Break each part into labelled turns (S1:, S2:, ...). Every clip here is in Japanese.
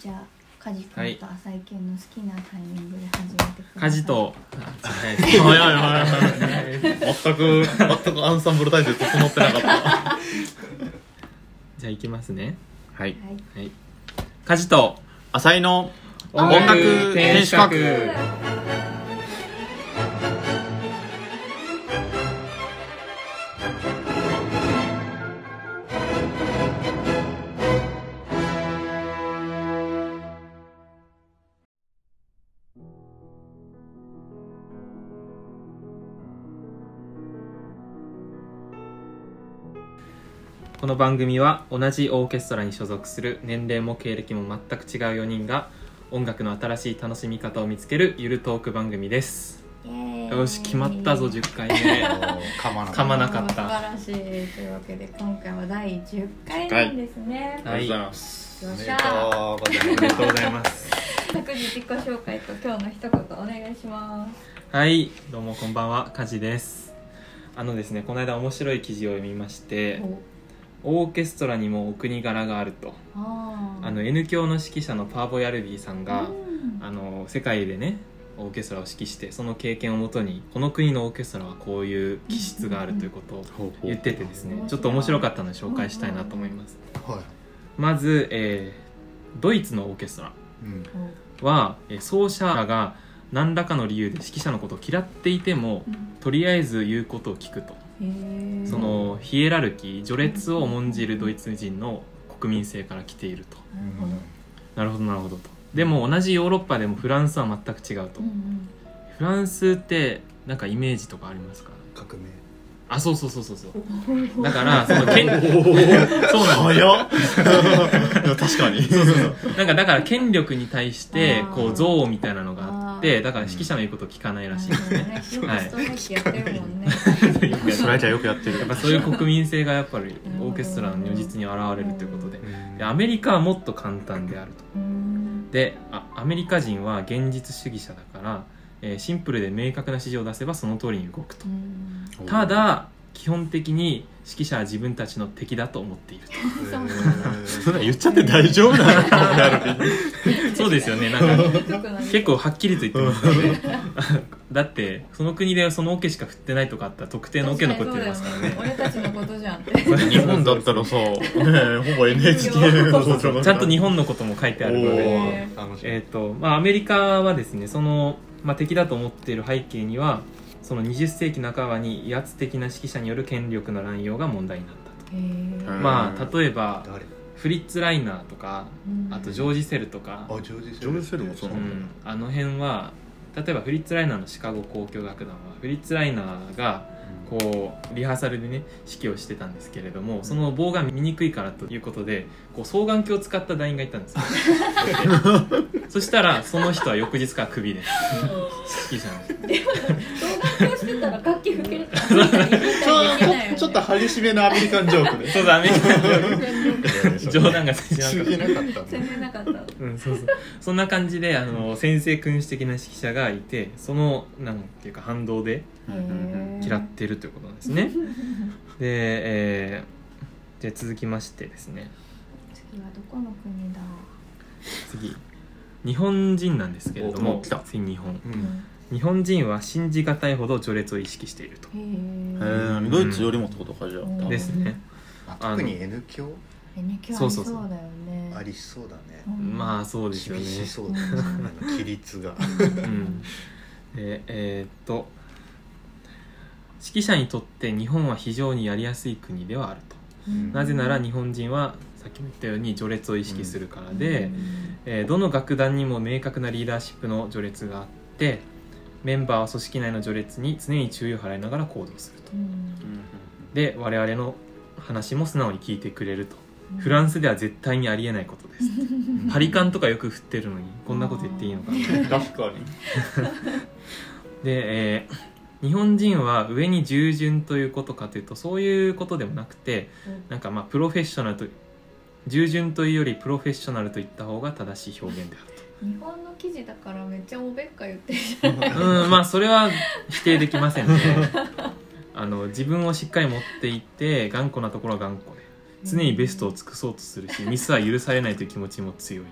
S1: じゃあ梶
S2: は
S1: 君
S2: い
S1: と浅井君の好きなタイミングで始めてください
S2: 家事と
S3: 早い早い早い全く全くアンサンブル体制整ってなかった
S2: じゃあ行きますね
S3: はい
S1: はい
S2: はい家事と
S3: 浅井の
S2: 音
S3: 楽天守閣
S2: この番組は同じオーケストラに所属する年齢も経歴も全く違う4人が音楽の新しい楽しみ方を見つけるゆるトーク番組です
S1: イエーイ
S2: よし決まったぞ10回目
S3: かまな
S2: 噛まなかった
S1: 素晴らしいというわけで今回は第10回なんですね
S2: は
S3: あ
S2: い
S3: りがとうございます
S1: よっしゃ
S3: おめでとうございます
S2: ありがとうございます
S1: 各自自己紹介と今日の一言お願いします
S2: はいどうもこんばんはカジですあのですねこの間面白い記事を読みまして
S1: お
S2: オーケストラにもお国柄があると
S1: あー
S2: あの N 教の指揮者のパーボ・ヤルビーさんが
S1: うん
S2: あの世界でねオーケストラを指揮してその経験をもとにこの国のオーケストラはこういう気質があるということを
S3: ほうほう
S2: 言っててですね
S1: 面白い
S2: ちょっと面白かったので紹介したいなと思います
S3: は
S2: まず、えードイツのオーケストラ
S3: いうん
S1: お
S2: はえー奏者らが何らかの理由で指揮者のことを嫌っていても
S1: うん
S2: とりあえず言うことを聞くと
S1: へー
S2: そのヒエラルキー序列を重んじるドイツ人の国民性から来ていると
S1: なるほど
S2: なるほどなるほどとでも同じヨーロッパでもフランスは全く違うと、
S1: うんうん
S2: フランスってなんかイメージとかありますか
S3: 革命
S2: あそうそうそうそうそうだからその権そうなんですよ
S3: 早っいや確かに
S2: そうそうそうなんかだから権力に対して
S1: あー
S2: こう憎悪みたいなのがあっ
S1: あ
S2: てだから指揮者の言うことを聞か ないらしいですね、
S1: なるほどねよくストライ
S3: それじ
S1: キやってるもんね
S3: ゃよくやってる
S2: やっぱそういう国民性がやっぱりオーケストラの如実に現れるということで
S3: うん
S2: でアメリカはもっと簡単であると
S1: うん
S2: であアメリカ人は現実主義者だから、えーシンプルで明確な指示を出せばその通りに動くと
S1: うん
S2: ただ基本的に指揮者は自分たちの敵だと思っている
S3: えーそんなん言っちゃって大丈夫なの なるべ
S2: と そうですよねなんか結構はっきりと言ってますよねだってその国でそのオケしか振ってないとかあったら特定のオケのこと言いますからね
S1: 俺たちにことじゃんって
S3: く日本だったらさ、ねえ、ほぼ NHK のち
S2: ちゃんと日
S3: 本
S2: 本のことも書いてあるの
S1: お
S2: で、
S1: ー
S3: 楽しい
S2: えーとまあ、アメリカはですねその、まあ、敵だと思っている背景にはその20世紀半ばに威圧的な指揮者による権力の乱用が問題になったと、
S3: うん
S2: まあ例えば
S3: 誰
S2: フリッツ・ライナーとかあとジョージ・セルとか、
S3: あジョージ・
S4: ジョージセルもそう
S2: う
S4: なだ
S2: ん、あの辺は例えばフリッツ・ライナーのシカゴ交響楽団はフリッツ・ライナーがこうリハーサルでね指揮をしてたんですけれどもその棒が見にくいからということでこう双眼鏡を使った団員がいたん ですよそしたらその人は翌日からクビです指揮者の
S1: 動画してたら楽器吹けるからみんなに言いたいだけだよね
S4: ちょっと激しめのアメリカンジョーク
S2: そうだアメリカ
S4: で
S2: 冗談が通じなか
S4: 通
S2: っ
S4: じ
S2: た
S4: なかった
S1: 全然なかった
S2: うん、そうそうそんな感じであの先生君主的な指揮者がいてそのなんていうか反動で嫌ってるということなんですねで、えー、で続きましてですね
S1: 次はどこの国だ
S2: 次日本人なんですけれど
S3: お
S2: も
S3: 来た
S2: 次日本
S3: うん
S2: 日本人は信じがたいほど序列を意識していると
S1: へ
S4: え
S1: ー
S4: ードイツよりもってことかじゃ
S1: うん
S4: あ
S2: ですね
S4: まあ特に N 教
S1: ね今日ありそうだよね
S4: ありそうだね
S2: まあそうですよね
S4: 厳しそうだね規律が
S2: うんでえーっと指揮者にとって日本は非常にやりやすい国ではあるとなぜなら日本人はさっきも言ったように序列を意識するからで、えーどの楽団にも明確なリーダーシップの序列があってメンバーは組織内の序列に常に注意を払いながら行動するとで我々の話も素直に聞いてくれるとフラン
S1: ス
S2: スでは絶対にありえないことです パリカンとかよく振ってるのにこんなこと言っていいのか
S4: 確か
S2: で、
S4: に
S2: えー日本人は上に従順ということかというとそういうことでもなくてなんかまあプロフェッショナルと従順というよりプロフェッショナルといった方が正しい表現である
S1: 日本の記事だからめっちゃおべっか言ってるじ
S2: うんまあそれは否定できませんね あの自分をしっかり持っていって頑固なところは頑固で
S1: ゃん
S2: 常にベストを尽くそうとするしミスは許されないという気持ちも強い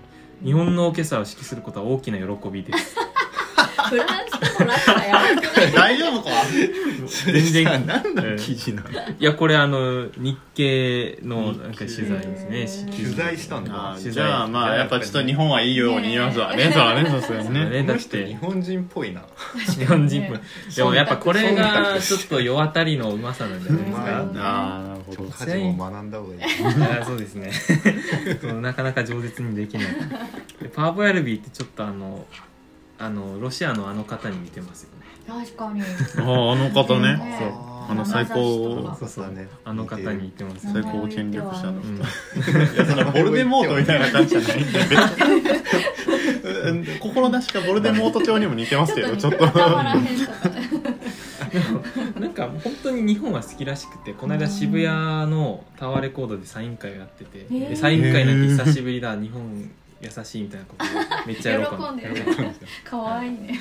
S2: 日本のオーケストラを指揮することは大きな喜びです
S1: フランスともラッパーやばくない
S5: 大丈夫か
S2: 全 然
S5: なん
S2: え
S5: だ
S2: ー
S5: 記事なの
S2: いやこれあの日経のなんか取材ですね
S1: 日
S4: 経取材したんだ
S5: あー
S2: 取材
S5: じゃあまあやっぱちょっと日本はいいように言いますわねそうだねさすがにね
S2: ね
S4: こ
S2: だ
S4: の
S2: っ
S4: 人日
S2: て
S4: 本人っぽいな
S2: 日本人っぽいでもやっぱこれ
S4: 忖
S2: が
S4: 度
S2: ちょっと世当たりのうまさなんじゃないです
S4: う
S2: か
S4: まい
S5: ああなるほど
S4: 家事も学んだ方がいい
S2: あーそうですねそうなかなか饒舌にできないでパーボヤルビーってちょっとあのあのロシアのあの方に似てますよね
S1: 確かに
S5: あーあの方ね
S1: ね
S2: そう
S5: あの最高
S2: そうそうあの方 に似てます
S5: 最高権力者の
S2: う
S5: 人
S2: ん
S5: いやそのボルデモートみたいな感じじゃないんだよ別にうん心なしかボルデモート調にも似てますけどちょっと
S1: たまらへんとか
S2: なんか本当に日本は好きらしくてこの間渋谷のタワーレコードでサイン会をやってて、
S1: ー
S2: でサイン会なんて久しぶりだ日本優しいみたいなことでめっちゃ喜んで
S1: 喜んでる可愛いね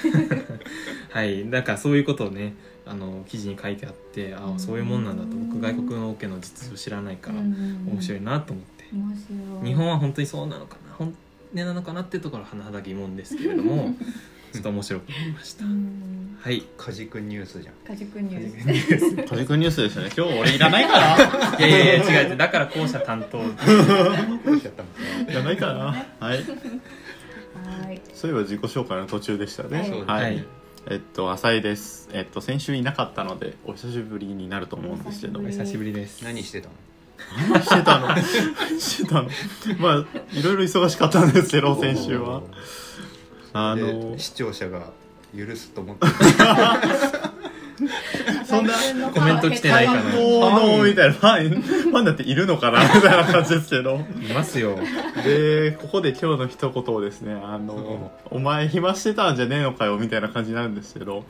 S2: はいなんかそういうことをねあの記事に書いてあってああそういうもんなんだと僕外国のオケの実情知らないから面
S1: 面
S2: 白いなと思って、
S1: 面白い
S2: 日本は本当にそうなのかな本音なのかなっていうところは甚だ疑問ですけれど もちょっと面白く思いました
S1: うん
S2: はい
S4: カジ君ニュースじゃん
S1: 家畜ニュース
S5: トジ君ニュースでしたね今日俺い らないか
S2: いやいやいや違う違うだから後者担当
S4: どうしちゃったの
S5: ないらないかなはい
S1: はい
S5: そういえば自己紹介の途中でしたね
S1: そうです
S5: はい、
S2: はい
S5: えっと浅井ですえっと先週いなかったのでお久しぶりになると思うんですけど
S1: お
S2: お
S1: 久
S2: 久しぶりです
S4: 何してたの
S5: 何してたの何してたのまあいろいろ忙しかったんですけど先週はあの
S4: で視聴者が許すと思 って
S5: そんな
S2: コメント来てないかな
S5: 感動のみたいなファンファンだっているのかなみたいな感じですけど
S2: いますよ
S5: でここで今日の一言をですねあの「お前暇してたんじゃねえのかよ」みたいな感じになるんですけど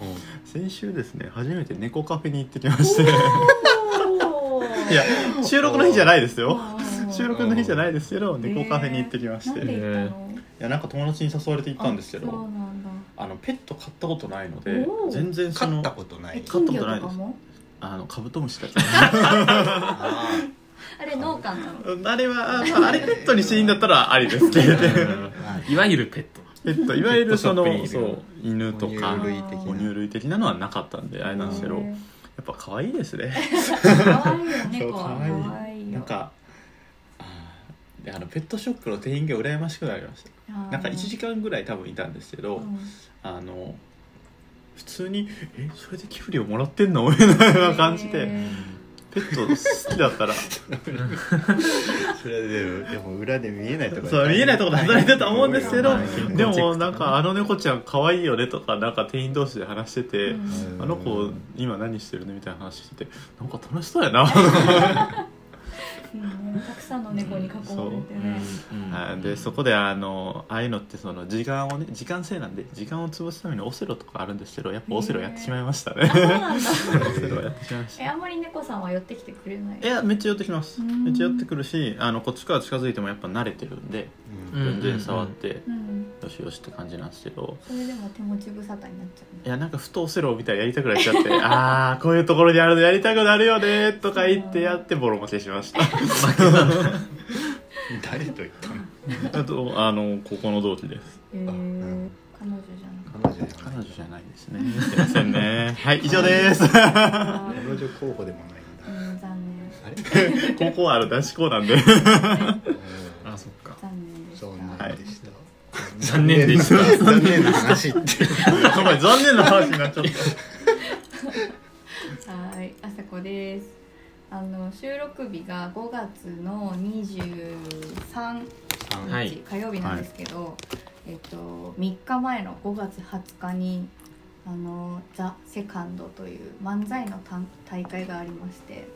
S5: 先週ですね初めて猫カフェに行ってきましていや収録の日じゃないですよ収録の日じゃないですけど猫カフェに行ってきまして、
S1: なんで
S5: い
S1: 行ったの
S5: やなんか友達に誘われて行ったんですけ
S1: そうな
S5: ど
S1: んだ
S5: あのペット飼ったことないので
S1: おー
S5: 全然そ
S4: 勝
S5: の
S4: ったことない
S5: 買ったことな
S1: 金魚
S5: いです
S1: かも
S5: あのカブトムシだっ
S4: あ
S1: あれ農家なの
S5: たあれはあまああれペットにしていいんだったらありですけど
S2: いわゆるペット
S5: ペットいわゆるその
S2: ペットシ
S5: そ
S2: ョップにいる
S5: う犬 とか
S4: 哺乳類的な
S5: 哺乳類的なのはなかったんであれなんですけどやっぱ可愛いですね
S1: 可愛いよ猫
S5: そう
S1: は
S5: 可愛い
S1: 可愛いよ
S5: なんかあーであのペットショップの店員が羨ましくなりましたなんか1時間ぐらい多分いたんですけど、
S1: うん
S5: あの普通に「えそれで給料もらってんの?」みたいな 感じ
S1: へ
S5: で
S1: ー
S5: ペット好きだったら
S4: あそれででも裏で見えないとこ
S5: そう見えないところで働いてたと思うんですけど
S4: 大変
S5: でもなんか「あの猫ちゃん可愛いよね」とかなんか店員同士で話してて。
S1: うん
S5: あの子
S4: うん
S5: 今何してるねみたいな話しててなんか楽しそうやな
S1: うんたくさんの猫に囲まれてね
S5: はい でそ
S2: こ
S5: こであのああいうのってその時間をね時間制なんで時間を潰すためにオセロとかあるんですけどやっぱオセロやってしまいましたね、
S1: そうなんだ
S5: オセロやってしまいました
S1: えあんまり猫さんは寄ってきてくれない
S5: いやめっちゃ寄ってきます
S1: うん
S5: めっちゃ寄ってくるしあのこっちから近づいてもやっぱ慣れてるんで
S2: うん
S5: 全然触って、
S1: うん
S5: よしよしって感じなんですけど
S1: それでも手持ち無沙汰になっちゃ
S5: いやなんかふとオセロを見たらやりたくなっち ゃってああこういうところにあるのやりたくなるよねとか言ってやってボロ負けしました
S4: 誰と言ったの
S5: あとあのここの同期です
S1: うへー
S4: あうん
S1: 彼女じゃなくて
S4: 彼女じゃ
S5: 彼
S4: ない
S5: 女じゃないですねすいませ んねはい以上です
S1: あ
S4: 彼女候補でもないんだ
S1: ーうん残念
S4: あれ
S5: 高校はある男子校なんで
S2: あそっか
S1: 残念でした
S4: そんなでした
S2: 残念でした
S4: た残念な話って
S5: お前残念な話になっちゃった
S1: はい、あさこです。あの収録日が5月の23日、
S2: はい
S1: 火曜日なんですけど、えっと3日前の5月20日にあのザセカンドという漫才のたん大会がありまして、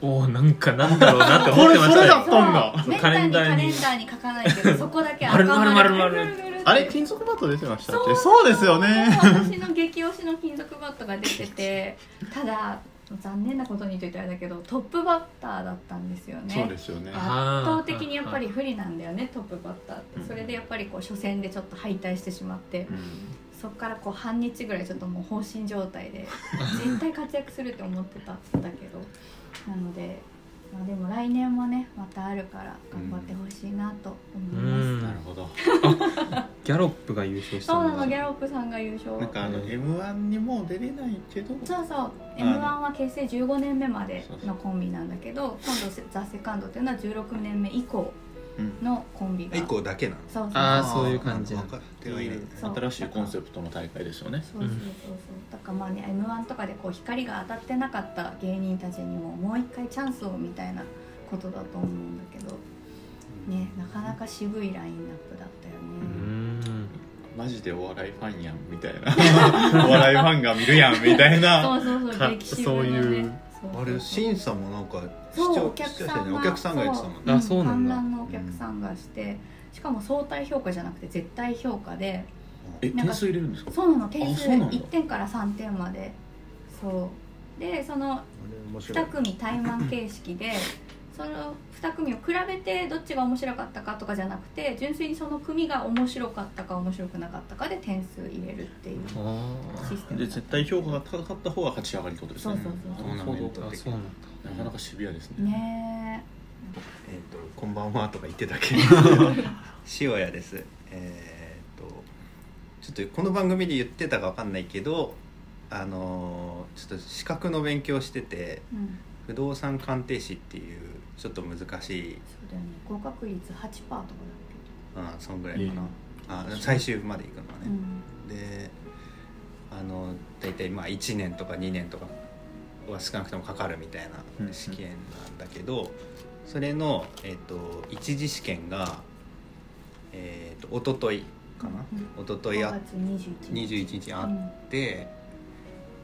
S2: おおなんかなんだろうなって思ってまし
S5: こ
S2: た
S5: れ
S2: よ
S5: そったんだ
S1: そうめっ
S2: カ
S1: た
S2: レン
S1: にカ
S2: ダー
S1: レ
S2: に
S1: ンダーに書かないけど、そこだけ
S2: 丸々
S1: 丸々
S2: 丸
S1: ぐる
S2: 々
S1: ぐるぐる
S5: あれ金属バット出てましたっ
S1: そ
S5: け
S1: う
S5: そうですよね
S1: 私の激推しの金属バットが出ててただ残念なことにと言ったらあれだけどトップバッターだったんですよね
S5: すよね
S1: 圧倒的にやっぱり不利なんだよねトップバッターってそれでやっぱりこう初戦でちょっと敗退してしまってそこからこう半日ぐらいちょっともう放心状態で絶対活躍するって思ってたんだけどなのでまあ、でも来年もねまたあるから頑張ってほしいなと思います、
S2: うん
S4: なるほど
S2: ギャロップが優勝した
S1: そうなの
S2: ん
S1: ギ
S2: だ
S1: ャロップさんが優勝
S4: なんかあの
S2: うん
S4: m 1にもう出れないけど
S1: そうそう m 1は結成15年目まで
S4: そうそ
S1: のコンビなんだけど今度「ザ・セカンドっていうのは16年目以降のコンビが、
S4: 一個だけなの
S1: そうそうそう
S2: あーそういう感じ
S4: なんか分かってはいない
S1: そう
S3: 新しいコンセプトの大会ですよね
S1: そうそうそうそうだからまあね m 1とかでこう光が当たってなかった芸人たちにももう一回チャンスをみたいなことだと思うんだけどねなかなか渋いラインナップだったよ
S2: う
S1: ね、
S2: ん
S3: マジでお笑いファンやんみたいな お笑いファンが見るやんみたいな
S1: そうそうそ
S3: か
S1: う激渋
S3: そう
S1: のね
S3: いう
S1: そうそうそう
S4: あれ審査もなんか
S1: そうお客さんが
S4: お客さんが言ってたもんね
S2: あそうなんだ
S1: 観覧のお客さんがして、しかも相対評価じゃなくて絶対評価で
S3: え
S1: なんか
S3: 点数入れるんですか
S1: そうなの点
S3: あ
S1: 数
S3: そうなんだ
S1: 1点から3点までそうでその
S4: あれ面白い
S1: 2組対マン形式でその2組を比べてどっちが面白かったかとかじゃなくて純粋にその組が面白かったか面白くなかったかで点数入れるっていう
S2: あ
S1: シ
S2: ー
S1: ステム
S3: で
S1: だった
S3: 絶対評価が高かった方が勝ち上がりってことです
S1: そう
S3: ね
S1: そうそう
S4: トーナメント
S2: あ
S4: 的
S2: そうなんだ
S3: なかなかシビアですね
S1: ね
S4: えっとこんばんはとか言ってたけど塩谷ですえーっとちょっとこの番組で言ってたかわかんないけどあのーちょっと資格の勉強してて
S1: えうん
S4: 不動産鑑定士っていうちょっと難しい
S1: そうだよね合格率8%とかだっ
S4: うんそんぐらいかな
S3: え
S4: あ最終まで行くのは
S1: け、う
S4: ね、
S1: ん、
S4: であの大体まあ1年とか2年とかは少なくともかかるみたい
S3: うんう
S4: なん試験なんだけど、それの、えっと一次試験が、えっと一昨日かな、一昨日
S1: 5
S4: あ
S1: 月21日
S4: 21日あって、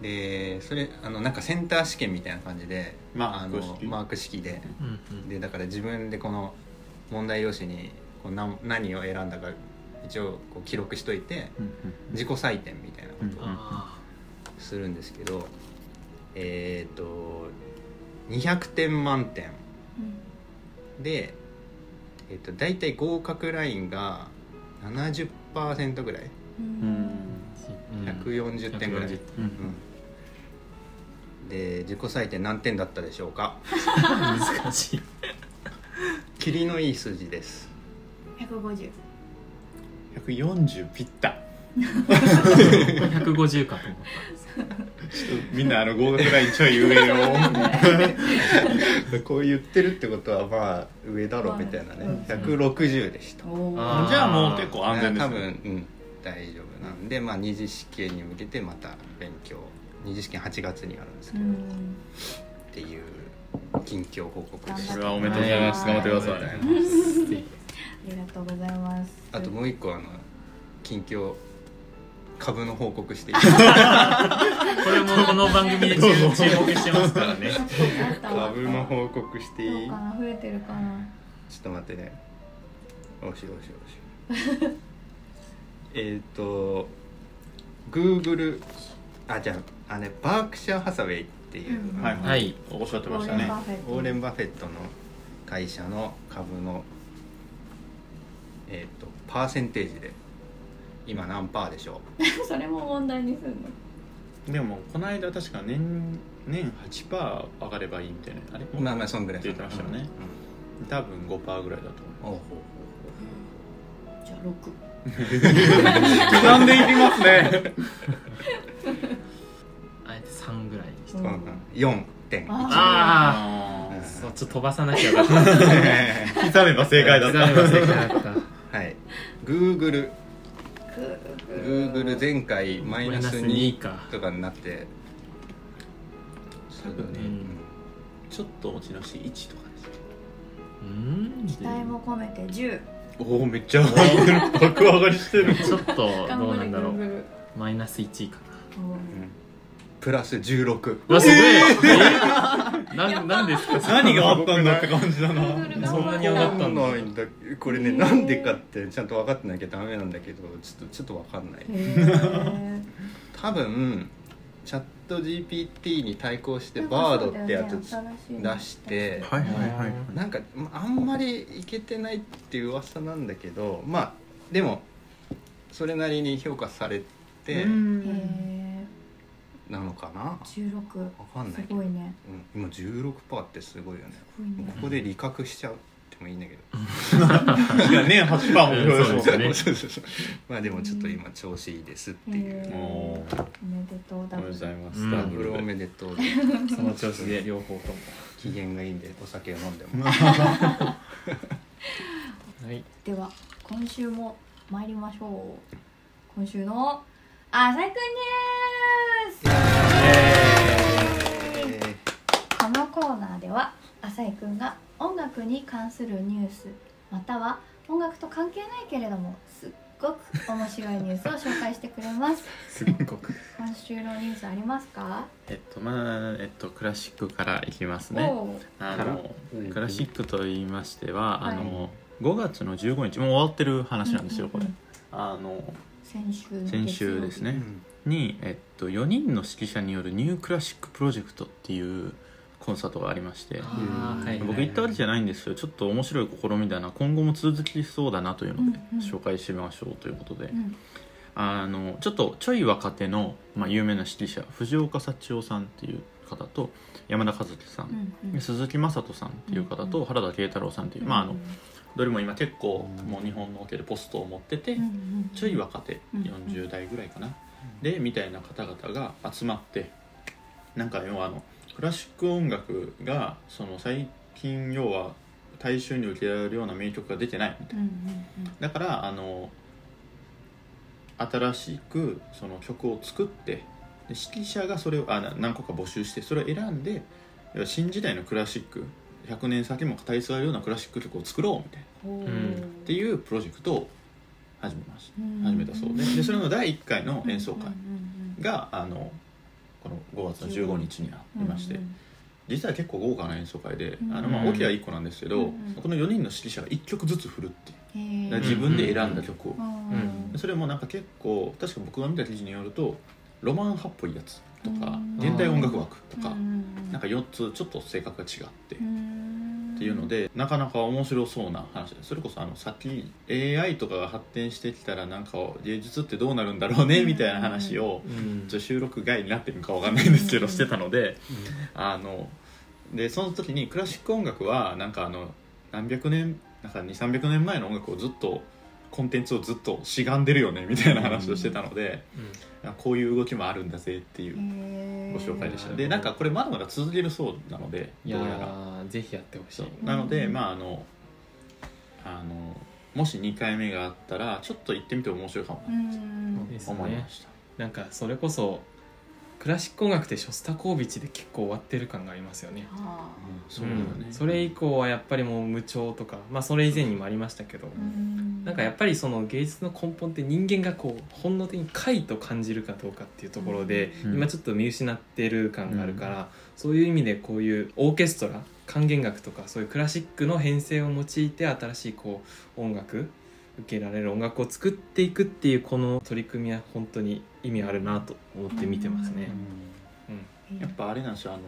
S4: でそれあのなんかセンター試験みたいな感じで
S3: マー
S4: あの
S3: ク式
S4: マーク式で
S2: うんうん
S4: でだから自分でこの問題用紙にこうな何を選んだか一応こう記録しといて
S3: うん
S4: 自己採点みたいなことを
S2: あ
S4: するんですけど、えっ、と200点満点
S1: うん
S4: で、えー、と大体合格ラインが70%ぐらい
S1: うん
S3: うん
S2: うん
S4: 140点ぐらい、
S2: 140
S3: うんうん
S4: うんで自己採点何点だったでしょうか
S2: 難しい
S4: 霧のいい数字です
S1: 150
S3: 140ピッタ
S2: 150かと思っ
S3: ちょっとみんなあの合格ラインちょい 上を
S4: こう言ってるってことはまあ上だろみたいなね、
S1: うん
S4: 160でした
S1: おー
S2: あー
S3: じゃあもう結構安全です
S4: 多
S3: ね
S4: 分、うん、大丈夫なんで、まあ、二次試験に向けてまた勉強二次試験8月にあるんです
S1: う
S4: けど、っ
S1: ん
S4: ていう近況報告でし
S3: こ
S1: 頑張って
S4: た
S3: れはおめでとうございます頑張ってください
S4: ありがとうございます
S2: た
S1: ありがとうございます
S4: あともう一個あの近況株の報告していい
S2: これもこの番組で注
S3: どうぞ
S2: 注目してますからね
S1: あったあった
S4: 株の報告して
S1: ど
S4: いいうち
S1: か
S4: ょ
S1: な増えてるかな
S4: っと待ってねおしおしおしえっと Google あじゃああれバークシャー・ハサウェイっていう、
S1: うん
S3: はい
S2: はい
S3: おっしゃって
S1: ウォ
S3: ま
S1: ー
S3: した
S1: レン
S3: ね
S1: バフェット
S4: ウォーレン・バフェットの会社の株の、えー、とパーセンテージで今何パーでしょ
S1: それも問題にするの
S3: でもこの間確か年年8%上がればいいみたいなあれ
S4: うまあまあそんぐらい
S3: 出てましたよね多分5%ぐらいだと
S4: うんおう
S1: じゃあ六。
S3: 思う刻んでいきますね
S2: あえて3ぐらいにして
S1: うん
S4: うんうん4.1
S3: あ
S2: ああ
S4: ー
S2: そうちょっと飛ばさなきゃよかった
S3: あ 刻めば正解だっ
S2: 刻めば正
S3: た
S2: 解だった
S4: はい Google
S1: グーグ
S4: Google 前回マイナス
S2: マイナス二
S4: 2,
S2: か
S4: とかになって
S3: 多分ね
S4: うん
S3: ちょっと落ちなし1とかです
S2: うん
S1: 期待も込めて十。
S3: おおめっちゃ上がってる爆上がりしてる
S2: ちょっと
S1: 頑
S2: どう
S1: 張
S2: な
S1: れ
S2: ん
S1: グ
S2: だろ
S1: ーグ
S2: う
S1: ル。
S2: マイナス1位か
S1: おー
S4: うんプラス16
S2: なわすごいえなんなんですか
S3: 何があったんだって感じだな
S1: Google
S2: そんなに上がったんだ
S4: わかんないんだこれね
S1: へー
S4: なんでかってちゃんと分かってなきゃダメなんだけどちょっとちょっと分かんない
S1: へー
S4: 多分チャット GPT に対抗してバードってやつ出して
S3: はいはいはい
S4: なんかまああんまりいけてないっていう噂なんだけどまあでもそれなりに評価されて
S1: へー
S4: なのかな
S1: 十六。
S4: わかんない
S1: す
S4: けど、
S1: ごいね。
S4: うん、今16%ってすごいよね
S1: すごい
S4: もう
S1: ね
S4: こ。こで理覚しちゃうってもいいんだけ
S3: い
S4: ど
S3: やね8%も
S2: うん
S3: 無料です
S2: そう
S3: もん
S2: ですよ
S3: ね
S2: ね
S4: そうそうそう まあでもちょっと今調子いいですっていう、
S1: へ
S3: おー
S1: おめでとう
S5: お
S1: だ。
S5: めでとうございます、
S2: うん
S5: ダ
S4: ダ
S5: ブ
S4: ブ
S5: ル
S4: ル
S5: で
S4: おめでとうで
S2: その調子で両方とも
S4: 機嫌がいいんでお酒を飲んでも
S2: はい
S1: では今週も参りましょう。今週の朝くんニュース。
S4: えー
S1: このコーナーでは浅井くんが音楽に関するニュースまたは音楽と関係ないけれどもすっごく面白いニュースを紹介してくれ ます
S2: すっごく
S1: 今週のニュースありますか、
S5: えっとまあえっとクラシックからいきますね
S1: おう
S5: あ
S2: から
S5: のクラシックと言いましては、
S1: はい
S5: あの5月の15日もう終わってる話なんですよこれ
S1: うう
S5: あの
S1: うん先週の月曜日
S5: 先週です
S4: う
S5: ね
S4: ん
S5: に、えっと、4人の指揮者によるニュークラシックプロジェクトっていうコンサートがありまして
S2: あーはい
S5: 僕行ったわけじゃないんですけどちょっと面白い試みだな今後も続きそうだなというので
S1: うんうん
S5: 紹介してみましょうということで、
S1: うん
S5: あのちょっとちょい若手の、まあ、有名な指揮者藤岡幸夫さんっていう方と山田和樹さん、
S1: うんうん
S5: で鈴木雅人さんっていう方
S1: うんう
S5: と
S1: ん
S5: 原田慶太郎さんっていう、まあ、あのどれも今結構もう日本のおけるポストを持ってて、
S1: うんうん
S5: ちょい若手
S1: うん
S5: 40代ぐらいかな、でみたいな方々が集まってなんか要はあのクラシック音楽がその最近要は大衆に受けられるような名曲が出てないみたい
S1: うんうん
S5: なだからあの新しくその曲を作ってで指揮者がそれをあな何個か募集してそれを選んで要は新時代のクラシック100年先も語り継がれるようなクラシック曲を作ろうみ
S1: うんお
S5: たいな
S1: う
S2: うん
S5: っていうプロジェクトを始めました。
S1: うん
S5: 始めたそうででそれの第1回の演奏会
S1: うんうんうん
S5: があのこの5月の15日にありまして
S1: うんうん
S5: 実は結構豪華な演奏会で
S1: うん
S5: あのまあオケは1個なんですけ
S1: うん
S5: ど
S1: うん
S5: この4人の指揮者が1曲ずつ振るっていう
S1: へ
S5: だから
S1: ー
S5: 自分で選んだ曲を
S1: うん
S5: それもなんか結構確か僕が見た記事によるとロマン派っぽいやつとか
S1: うん
S5: 現代音楽枠と
S1: う
S5: か
S1: んうんうん
S5: なんか4つちょっと性格が違って
S1: う
S5: っ
S1: ん
S5: ていうのでなかなか面白そうな話ですそれこそあの先 AI とかが発展してきたらなんか芸術ってどうなるんだろうねみたいな話を
S2: うん
S5: ちょっと収録外になってるのかわかんないんですけ
S1: う
S5: ど
S1: ん
S5: してたのであのでその時にクラシック音楽はなんかあの何百年なんか2 3 0 0年前の音楽をずっとコンテンツをずっとしがんでるよねみたいな話をしてたので、あこういう動きもあるんだぜっていう
S1: へー
S5: ご紹介でし
S2: え
S5: た、
S2: ー
S5: でなんかこれまだまだ続けるそうなので
S2: い
S5: ど
S2: や
S5: うやら
S2: ーぜひやってほし
S5: そ
S2: いう
S5: なので、
S1: うん
S5: まああのあのもし2回目があったらちょっと行ってみても面白いかも
S1: う
S5: なと
S1: ん
S2: です
S5: 思い
S2: ね
S5: ました、
S2: なんかそれこそクラシック音楽ってショスタコービチで結構終わってる感がありますよね
S1: あ
S5: そうだよね、
S2: んそれ以降はやっぱりもう無調とかまあそれ以前にもありましたけど、
S1: ーうん
S2: なんかやっぱりその芸術の根本って人間がこう本能的に快と感じるかどうかっていうところで、
S5: うん
S2: 今ちょっと見失ってる感があるから、そういう意味でこういうオーケストラ管弦楽とかそういうクラシックの編成を用いて新しいこう音楽受けられる音楽を作っていくっていうこの取り組みは本当に意味あるなと思って見てますね。
S5: やっぱあれなんですよあの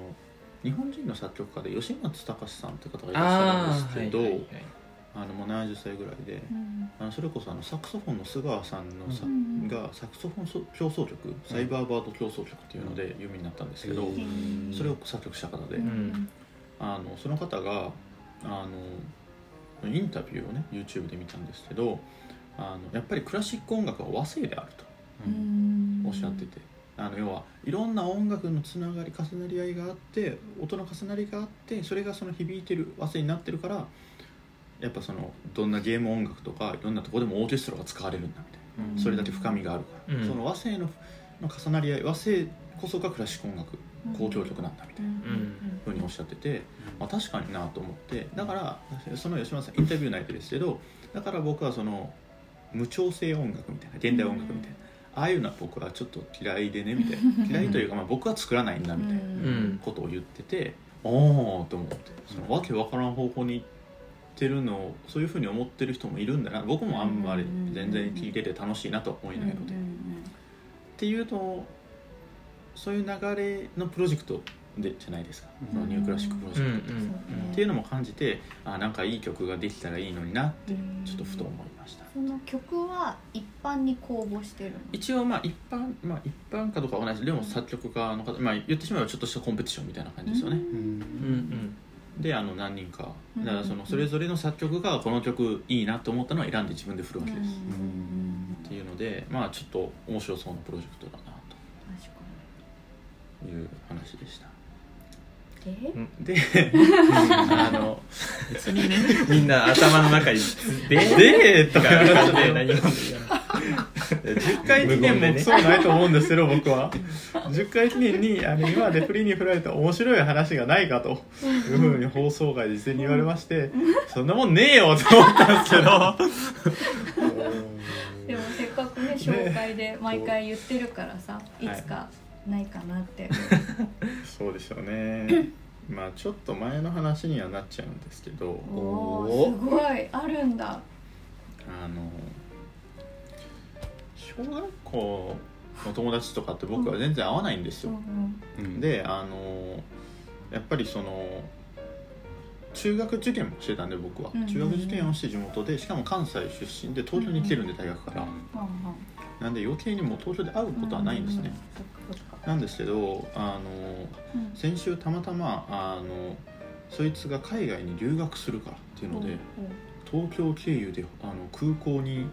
S5: 日本人の作曲家で吉松隆さんって方がいらっしゃるんですけどあ,、
S2: はいはいはい
S5: のもう70歳ぐらいで
S1: うん
S5: あのそれこそあのサクソフォンの須川さんのさ、
S1: うん
S5: がサクソフォンそ協奏曲サイバーバード協奏曲っていうので有名になったんですけど、
S4: うんん
S5: それを作曲した方で、
S1: うん
S5: あのその方があのインタビューをね YouTube で見たんですけどあのやっぱりクラシック音楽は和声であると。
S1: うん
S5: おっしゃってて、あの要はいろんな音楽のつながり重なり合いがあって音の重なりがあってそれがその響いてる和声になってるからやっぱそのどんなゲーム音楽とかいろんなとこでもオーケストラが使われるんだみたい
S2: うん
S5: なそれだけ深みがあるから、
S2: うん
S5: その和声のの重なり合い和声こそがクラシック音楽交響曲なんだみた
S1: う
S5: いなん
S1: うん
S5: ふうにおっしゃってて、まあ、確かになと思ってだからその吉村さんインタビュー内でですけどだから僕はその無調整音楽みたいな現代音楽みたいな、ああいうのは僕はちょっと嫌いでねみたい な嫌いというかまあ僕は作らないんだみたい
S1: うん
S2: う
S5: なんことを言ってて、おおと思ってそのわけわからん方向に行ってるのをそういうふうに思ってる人もいるんだな僕もあんまり全然聞いてて楽しいなとは思いないので。
S1: うん
S5: っていうとそういう流れのプロジェクトでじゃないですか、
S4: うん
S5: このニュークラシックプロジ
S2: うんう
S5: ェクト、
S2: ん
S5: っていうのも感じてあなんかいい曲ができたらいいのになって
S1: うん
S5: ちょっとふと思いました、
S1: その曲は一般に公募してるの
S5: 一応まあ一般まあ一般かどうかは同じでも作曲家の方、まあ、言ってしまえばちょっとしたコンペティションみたいな感じですよね、
S2: うんうん
S5: であの何人か
S1: うん
S5: だからそのそれぞれの作曲がこの曲いいなと思ったのを選んで自分で振るわけで
S1: う
S5: す、っ
S1: ん
S5: ていうのでまあちょっと面白そうなプロジェクトだな
S1: 確か
S5: という話でした
S1: にで
S5: であの別にね
S2: みんな頭の中に「で」
S5: でと
S2: と
S5: か
S2: か
S5: 話で
S2: 何
S5: 何
S2: も
S5: も
S4: 10
S5: 10回記念もクソないと思うんですけど僕は10回記念にあの今までフリーに振られた面白い話がないかというふうに放送外で事前に言われましてそんなもんねえよと思ったんですけど
S1: でもせっかくね紹介で毎回言ってるからさいつかないかなって、
S5: そうでしょうねまあちょっと前の話にはなっちゃうんですけど
S1: おおすごいあるんだ
S5: あの小学校の友達とかって僕は全然会わないんです
S1: う
S5: よ
S1: んうん
S5: であのやっぱりその中学受験もしてたんで僕は、
S1: うんうんうん
S5: 中学受験をして地元でしかも関西出身で東京に来てるんで大学から、
S1: はんはん
S5: なんで余計にもう東京で会うことはないんですね、
S1: うんうんそっかそっか
S5: なんですけどあの
S1: うん
S5: 先週たまたまあのそいつが海外に留学するからっていうので、東京経由であの空港に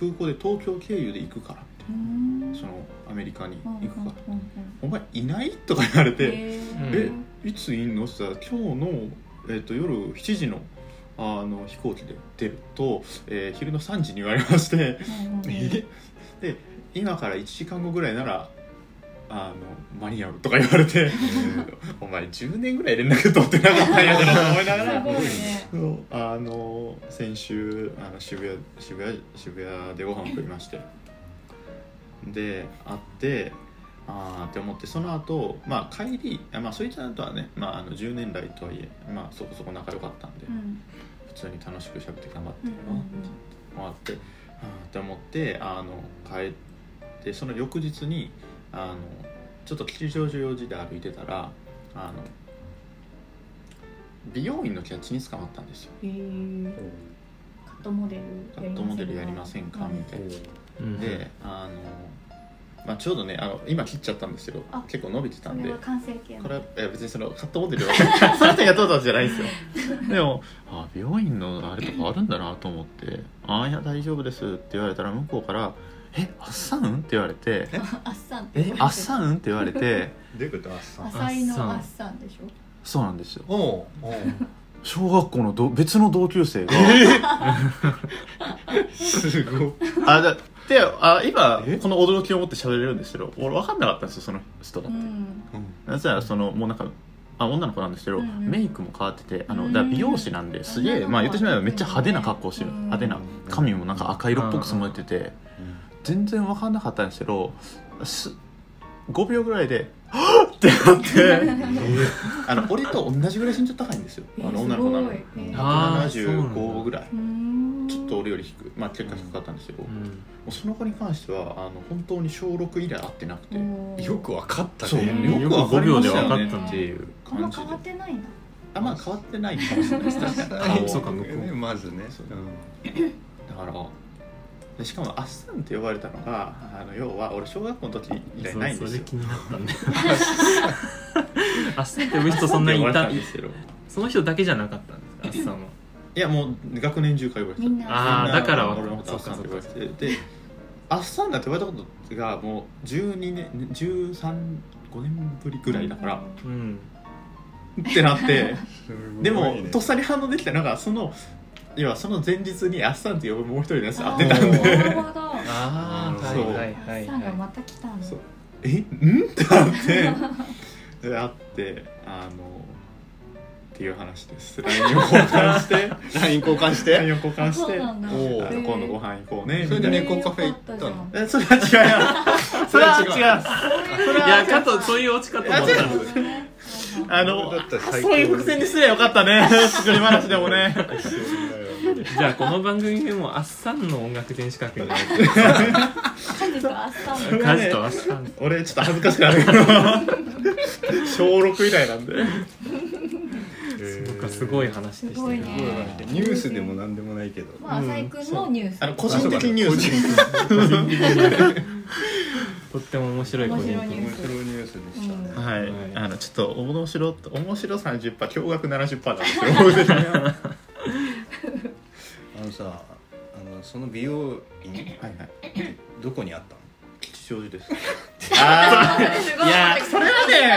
S5: 空港で東京経由で行くからみたい
S1: うんうん
S5: なそのアメリカに
S1: うんうん
S5: 行くから、
S1: うんうん
S5: お前いないとか言われて、
S1: へ
S2: え
S1: ー
S5: いついんのって言ったら今日の、えっと夜7時のあの飛行機で出ると、えー昼の3時に言われまして、
S1: うんうんうん
S5: で今から1時間後ぐらいならあの間に合うとか言われて お前10年ぐらい連絡取ってなかったんやからと思いなが
S1: す
S5: ら
S1: ご。いね
S5: そうあの先週あの渋谷渋谷渋谷でご飯を食いましてで会ってああって思ってその後、まあ帰りあまあそいつらとはね、まあ、あの10年来とはいえ、まあ、そこそこ仲良かったんで、
S1: うん
S5: 普通に楽しくしゃべって頑張って
S1: うん
S5: るなもあってああって思ってあの帰ってその翌日にあのちょっと吉祥寺用事で歩いてたらあの美容院のキャッチに捕まったんですよ
S1: うんへーカットモデ
S5: カ
S1: ル
S5: ットモデルやりませんかみたいなであの、まあ、ちょうどねあの今切っちゃったんですけど
S1: あ
S5: 結構伸びてた
S1: そ
S5: ん
S1: れ
S5: で
S1: は完成形の
S5: これはえ別にそのカットモデルは その人がどうだじゃないですよ でもあ美容院のあれとかあるんだなと思って「あいや大丈夫です」って言われたら向こうから「えあっさん?」って言われて
S1: あっさん
S5: 「えあっさん?」って言われて
S4: どういうことあっさん
S1: 浅いの
S2: あ
S1: あ
S2: っ
S1: っさんでしょ
S5: そうなんですよ
S4: おうおう
S5: 小学校のど別の同級生が
S4: すごい
S3: あだであ今
S5: え
S3: この驚きを持って喋れるんですけど俺分かんなかったんですよその人だ
S1: う
S3: って、
S1: ん
S3: なぜならそのもうなんかあ女の子なんですけど、
S1: うんうん
S3: メイクも変わっててあ
S1: う
S3: の
S1: ん
S3: だから美容師なんですげえ、
S1: 女の子は
S3: まあ、言ってしまえばめっちゃ派手な格好してる、
S1: うん
S3: 派手な髪もなんか赤色っぽく染まってて、全然分かんなかったんですけどす5秒ぐらいで「はっ!」ってな って
S5: あの俺と同じぐらい身長高いんですよあの女の子なの
S1: えーすごいえー
S2: あーそうなんだ
S5: 175ぐらい
S1: うん
S5: ちょっと俺より低くまあ結果低かったんですけど、もうその子に関してはあの本当に小6以来会ってなくて、
S1: おー
S4: よくわかった
S5: そう
S4: ね
S5: よくわかりました
S1: よく5秒でわかっ
S5: よね
S1: たね
S5: っていう
S1: あんま
S5: 感じ
S1: 変わってないんだ
S5: あまあ変わってないかもしれないです確かに
S2: あ
S5: 顔
S2: そう
S5: は
S2: か向こう
S4: ねまずね
S5: そう
S4: うん
S5: だからでしかも「あっさん」って呼ばれたのがあの要は俺小学校の時以来ないん
S2: そ
S5: です
S2: れ
S5: よ
S2: 気になったね あっさんって呼ぶ人そんなに
S5: 呼ば
S2: い
S5: れた
S2: た
S5: んですけど
S2: その人だけじゃなかったんですかあっさんはい
S5: やもう学年中から呼ばれて
S1: みんな
S2: あーだからわか
S5: 俺
S2: る
S5: のことあっさんって呼ばれててであっさんなんて呼ばれたことがもう12年135年ぶりぐらいだから
S2: うん
S5: ってな っ
S4: す
S5: て
S4: ごいね
S5: でも、とっさに反応できたのがその要はその前日に「あっさん」って呼ぶもう一人のやつ会ってたん
S1: あ
S5: で
S1: ーなるほど
S2: あ
S5: ー
S2: あ
S5: はい
S1: あっさんがまた来たんだ
S5: そう「えん?」ってなってで会ってあのっていう話です LINE を交換して
S4: LINE 交換して
S5: LINE を交換して
S1: そうなんだ
S5: あ
S4: お
S5: の
S4: う
S5: 今度ご飯行こうね み
S4: そ
S5: た
S4: れ
S5: い
S1: え
S4: で
S5: な
S1: ー
S4: 猫カフェ行ったの
S1: よかじ
S5: えそれは違
S3: 「
S5: う
S3: それは違う
S1: ゃん
S2: いや加藤そういう落ち方もあった
S1: そういうねそうそう
S3: あの
S4: だったら最高
S3: そういう伏線にすりゃよかったね作り話でもね
S2: じゃあこの番組でもあっさんの音楽全資格になる
S1: 本日はあっさんの
S2: カジとあっさん
S5: 俺ちょっと恥ずかしくなるけど小6以来なんで
S2: なんかすごい話でし
S1: す
S2: た
S1: ごい
S2: よ
S1: ね
S4: ニュースでもなんでもないけど
S1: まあ浅井君のニュース、
S5: あの個人的ニュース
S2: とっても面白い個人
S1: 面白い
S2: 的
S1: ね
S4: 面白いニュースでしたね、
S3: はい、
S2: はい
S3: あのちょっと面白っ
S5: 面白30%驚愕70%なんですよ
S4: あのさあのその美容院
S5: はいはい
S4: どこにあったの
S5: 吉祥寺ですあ
S1: すごい
S5: いやそれはね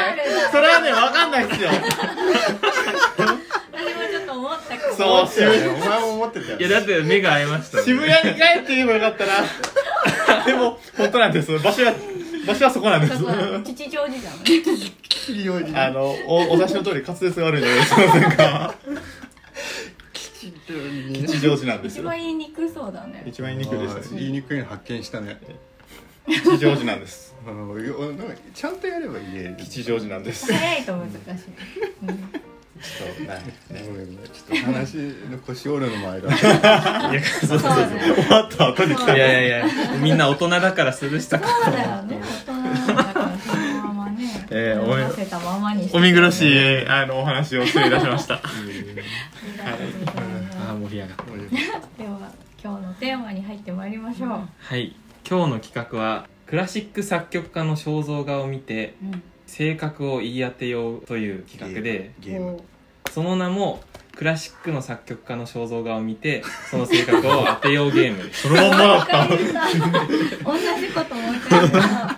S5: あそれはね分かんないっすよ
S1: 私もちょっと思ったけど
S5: そ
S4: い
S5: う
S4: やいやお前も思ってたよ
S2: いやだって目が 合いましたね
S5: 渋谷に帰って言えばよかったなでも本当なんです場所は場所はそこなんです
S1: そうそう吉祥寺じゃん
S5: あのおお察しの通り滑舌が悪いのでですいませんか吉祥寺なんです
S1: 一
S5: よ
S1: 番言いにくそうだね
S5: 一番言いにくいです
S4: 言いにくいの発見したね
S5: 吉祥寺なんです
S4: あのいやなんかちゃんとやればいいね
S5: 吉祥寺なんです
S1: 早いと難しい、 うん
S5: そうない
S4: ごめんごめんちょっと話の腰折るのも間
S1: そうだよね
S5: 終わった後に来
S2: い
S5: た
S2: やいやいやみんな大人だからするしたか
S1: そうだよね大人だからそのままね
S5: えーおめ
S1: 合わせたままにして
S5: お見苦しいあのお話を失礼いたしました
S2: ああ盛り上がった
S1: では今日のテーマに入ってまいりましょう、
S2: はい今日の企画はクラシック作曲家の肖像画を見て
S1: うん
S2: 性格を言い当てようという企画で
S4: ゲーム
S2: その名もクラシックの作曲家の肖像画を見てその性格を当てようゲームです
S5: そのまんまだっ
S1: 回
S5: た
S1: 言った同じこともう一回言った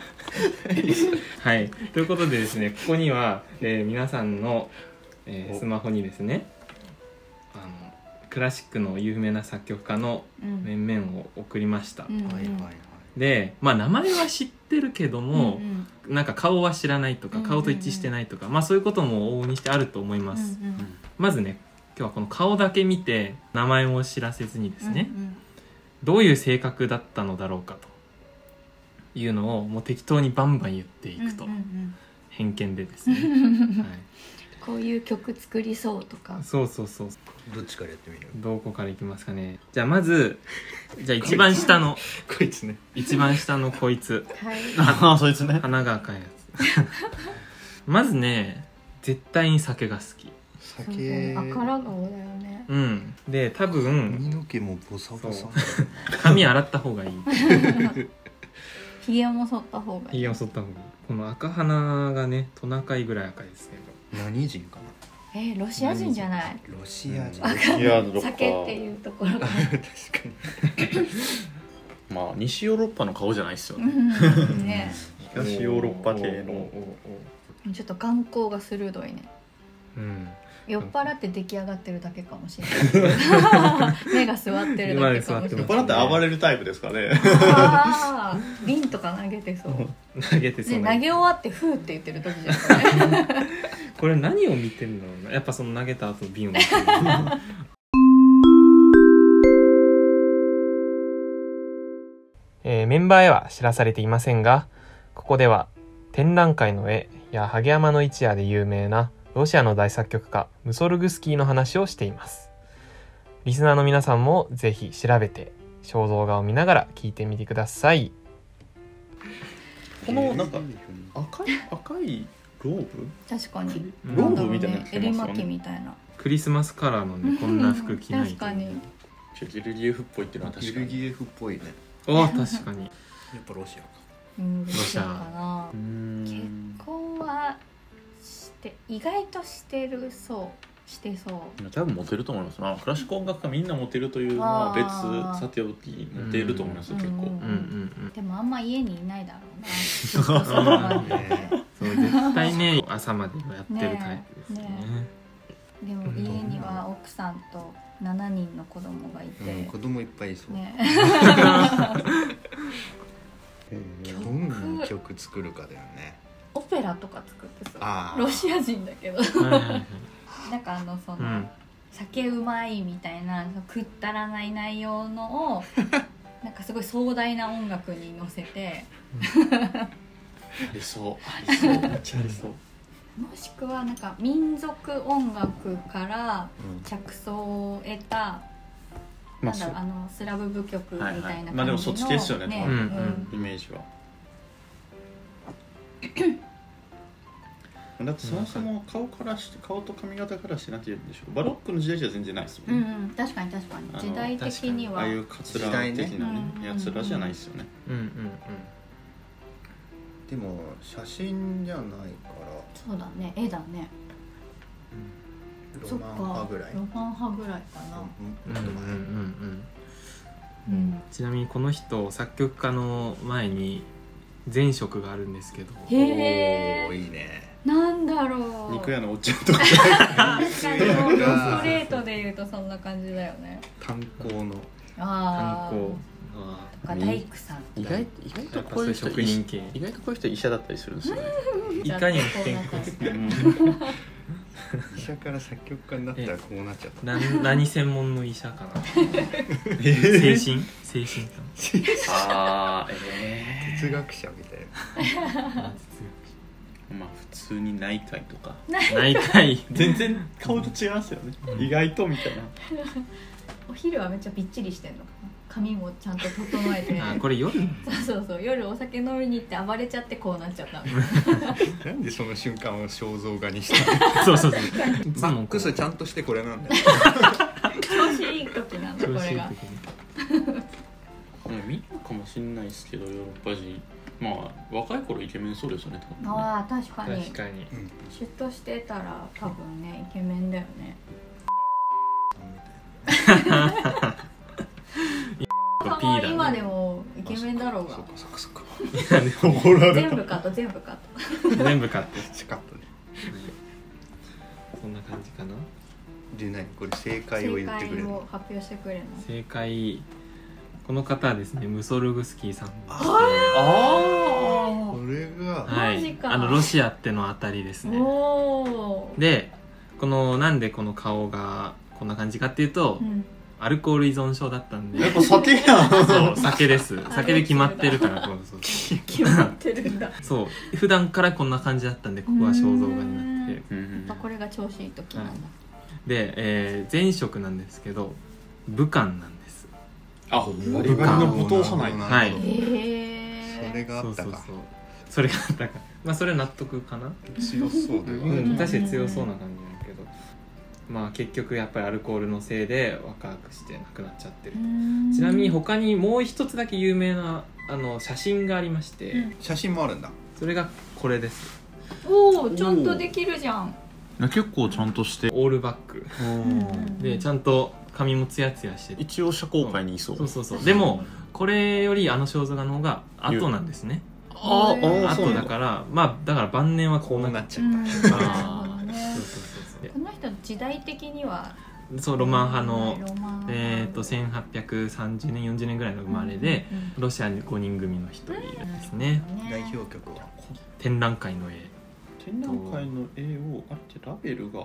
S2: はい、ということでですねここには、えー皆さんの、えースマホにですねあのクラシックの有名な作曲家の
S1: うん
S2: 面々を送りました、
S1: うんうん
S4: はいはいはい
S2: で、まあ、名前は知ってるけども
S1: う、ん
S2: なんか顔は知らないとか
S1: うんうんうん
S2: 顔と一致してないとか、まあ、そういうことも往々にしてあると思います、
S1: うんうん
S2: まずね今日はこの顔だけ見て名前も知らせずにですね、
S1: うん
S2: どういう性格だったのだろうかというのをもう適当にバンバン言ってい
S1: うん
S2: くと、
S1: うんうん
S2: 偏見 でですね、はい
S1: こういう曲作りそうとか
S2: そうそうそう
S4: どっちからやってみる
S2: どこからいきますかねじゃあまずじゃあ一番 下の
S5: こいつね
S2: 一番下のこいつ
S1: はい
S3: ああそいつね
S2: 花が赤い やつまずね絶対に酒が好き
S1: そうだね
S4: 酒
S1: あから顔だよね
S2: うんで多分
S4: 髪の毛もボサボサ
S2: そう髪洗った方がいい
S1: ひげも剃った方がいい
S2: 髭を剃った方がいいこの赤鼻がねトナカイぐらい赤いですけど
S4: 何人かな
S1: えーロシア人じゃない
S4: ロシア人
S5: うん
S4: 確か
S5: いやどこか
S1: 酒っていうところが
S4: に
S5: まあ西ヨーロッパの顔じゃないっすよ
S1: う
S5: ね
S1: んね
S5: 東ヨーロッパ系の
S1: ちょっと眼光が鋭いね
S2: うん
S1: 酔っ払って出来上がってるだけかもしれない目が座ってるだけかもしれ
S2: 今まで座って
S1: ない
S5: 酔っ払って暴れるタイプですかね
S1: あー瓶とか投げてそう
S2: 投げてそ
S1: で
S2: う
S1: 投
S2: な
S1: げ終わってフーって言ってる時じゃない
S2: これ何を見てんだろうなやっぱその投げた後の瓶を見てる えーメンバーへは知らされていませんがここでは展覧会の絵や萩山の一夜で有名なロシアの大作曲家ムソルグスキーの話をしていますリスナーの皆さんもぜひ調べて肖像画を見ながら聞いてみてください
S5: このなんか赤い赤いローブ
S1: 確かに
S5: ローブみたいなの着て
S1: 襟
S5: ますよ
S1: 巻き
S5: ね
S1: みたいな
S2: クリスマスカラーのねこんな服着な
S1: 確
S2: い
S1: かに
S5: ゲルギエフっぽいっていうのは確
S4: ギ
S5: か
S4: ル
S5: に
S4: ギエフっぽいね
S2: あ確かに
S4: やっぱロシアか
S1: うんどうしようかな結
S5: ん
S1: 婚はして意外としてるそうしてそう
S5: 多分モテると思いますなクラシック音楽家みんなモテるというのは
S1: あー
S5: 別さておきモテると思います
S1: うん
S5: 結構
S2: うんうんうん
S1: でもあんま家にいないだろうなずっとその場にいて
S2: そう絶対ね朝までもやってるタイプですね
S1: ねでも家には奥さんと7人の子供がいて、
S4: うん子供いっぱいいそう
S1: ね曲
S4: どんな曲作るかだよね
S1: オペラとか作ってそう
S4: あー
S1: ロシア人だけど
S2: はいはいは い
S1: なんかあのその、
S2: うん
S1: 酒うまいみたいなくったらない内容 のをなんかすごい壮大な音楽に乗せて
S5: ありそうありそうめっちゃありそう
S1: もしくはなんか民族音楽から着想を得た、な
S5: まあ
S1: んだ
S5: そ
S1: ろうあ
S5: う
S1: のスラブ舞曲みたいな
S5: はいはい
S1: 感じの、
S5: まあでもそっち系っすよね
S1: ね
S5: 多
S1: う
S2: 分
S1: ん
S2: うん
S5: イメージはだってそもそも顔からして顔と髪型からしてなきゃいけないでしょバロックの時代じゃ全然ないです
S1: う
S5: もんね、
S1: んうん確かに確か
S5: あの
S1: に時代的に
S5: あ
S1: は
S5: あいうカツラ的
S4: 時
S5: な
S1: 代
S5: ね
S1: ね
S5: やつらじゃないですよね、
S2: うんうんうん
S4: でも写真じゃないから
S1: そうだね絵だねそ
S4: ロ
S1: っ
S4: マ
S1: か
S4: ン派ぐらい
S1: ロマン派ぐらいかな
S4: う
S2: うんんう
S4: う
S2: んん
S4: う
S2: うん
S4: ん
S2: うん
S1: うん
S2: ちなみにこの人作曲家の前に前職があるんですけど
S1: へ
S4: おー
S1: え
S4: いいね
S1: なんだろう
S5: 肉屋のおっちゃんと か
S1: 確かにもうストレートで言うとそんな感じだよね
S4: 炭鉱の
S1: ああ
S2: 炭鉱あ
S1: とか大工さん
S5: 意外意外
S2: ーやっぱそういう職人系
S5: 意外とこういう人医者だったりするんですよね、
S2: いかにも
S1: こうな感じ
S4: 医者から作曲家になったらこうなっちゃった
S2: な何専門の医者かな精神精神科
S5: ああえ
S4: 哲学者みたいな
S5: えまあ普通に内科医とか
S2: 内科医
S5: 全然顔と違いますよね
S2: うん
S5: 意外とみたいな
S1: お昼はめっちゃびっちりしてんのかな髪もちゃんと整えて
S2: あこれ夜
S1: そうそうそう夜お酒飲みに行って暴れちゃってこうなっちゃったみたい
S4: なんでその瞬間を肖像画にしたの
S2: そうそうそう
S4: マックスちゃんとしてこれなんだよ
S1: な調子いい時なんだこ
S2: 調子い
S1: れ
S2: い
S1: が
S2: 時に
S5: でも見るかもしれないですけどヨーロッパ人まあ若い頃イケメンそうですよね多分ね
S1: ああ確かに
S2: 確かに
S1: シュッとしてたら多分ねイケメンだよね
S2: と P だね
S1: 今でも イケメンだろうが
S4: そっかそっか
S5: 怒られ
S1: 全
S5: た
S1: 部カット全部カット
S2: 全部買って
S4: 近かったね
S2: そんな感じかな
S4: で何これ正解を
S1: 正
S4: 言ってくれ
S1: 解
S4: る
S1: を発表してくれるの
S2: 正解この方はですねムソルグスキーさん
S5: あ
S4: これが
S2: は
S1: マジ
S2: い
S1: か
S2: あのロシアってのあたりですね
S1: おー
S2: でこのなんでこの顔がこんな感じかっていうと、
S1: うん
S2: アルコール依存症だったんで
S5: やっぱ酒や ん
S2: そう酒 です酒で決まってるからそうそう
S1: 決まってるんだ
S2: そう普段からこんな感じだったんでここは肖像画になって
S5: うん
S1: まあこれが調子いい時なんだ
S2: で、えー前職なんですけど武漢なんです
S5: あバリバリの武闘派ない
S2: はい
S1: へ
S2: う
S4: そ
S1: え
S4: れがあった
S2: そうそう
S4: か
S2: そうそれがあったかまあそれ納得かな
S4: 強そうだ
S2: う
S4: よ
S2: ん、
S1: ん
S2: 確かに強そうな感じだけど、まあ結局やっぱりアルコールのせいで若くして亡くなっちゃってる、ちなみに他にもう一つだけ有名なあの写真がありまして、
S1: うん
S4: 写真もあるんだ
S2: それがこれです
S1: おおちゃんとできるじゃん
S5: 結構ちゃんとして
S2: オールバックでちゃんと髪もツヤツヤしてて
S5: 一応社交界にいそう
S2: そうそうそうでもこれよりあの肖像画の方が後なんですね
S5: あ
S1: へ
S5: ー
S1: ー
S5: あーそう
S2: 後
S5: な
S2: だ
S5: んだ
S2: からまあだから晩年はこ
S4: こ
S2: う
S4: う
S2: な
S4: な
S2: っ
S4: っ
S2: ち
S4: ち
S1: う
S4: ゃっ
S1: ん
S2: あー
S1: なるほど
S2: ゃう
S1: ね
S2: そうそうそう
S1: この人時代的には
S2: でそうロマン派の
S1: ロマン派
S2: えー、と1830年40年ぐらいの生まれで、
S1: うんうん
S2: ロシアに5人組の一人ですね、
S4: た
S1: ね
S4: 代表曲は
S2: 展覧会の絵
S5: 展覧会の絵をあれってラベルが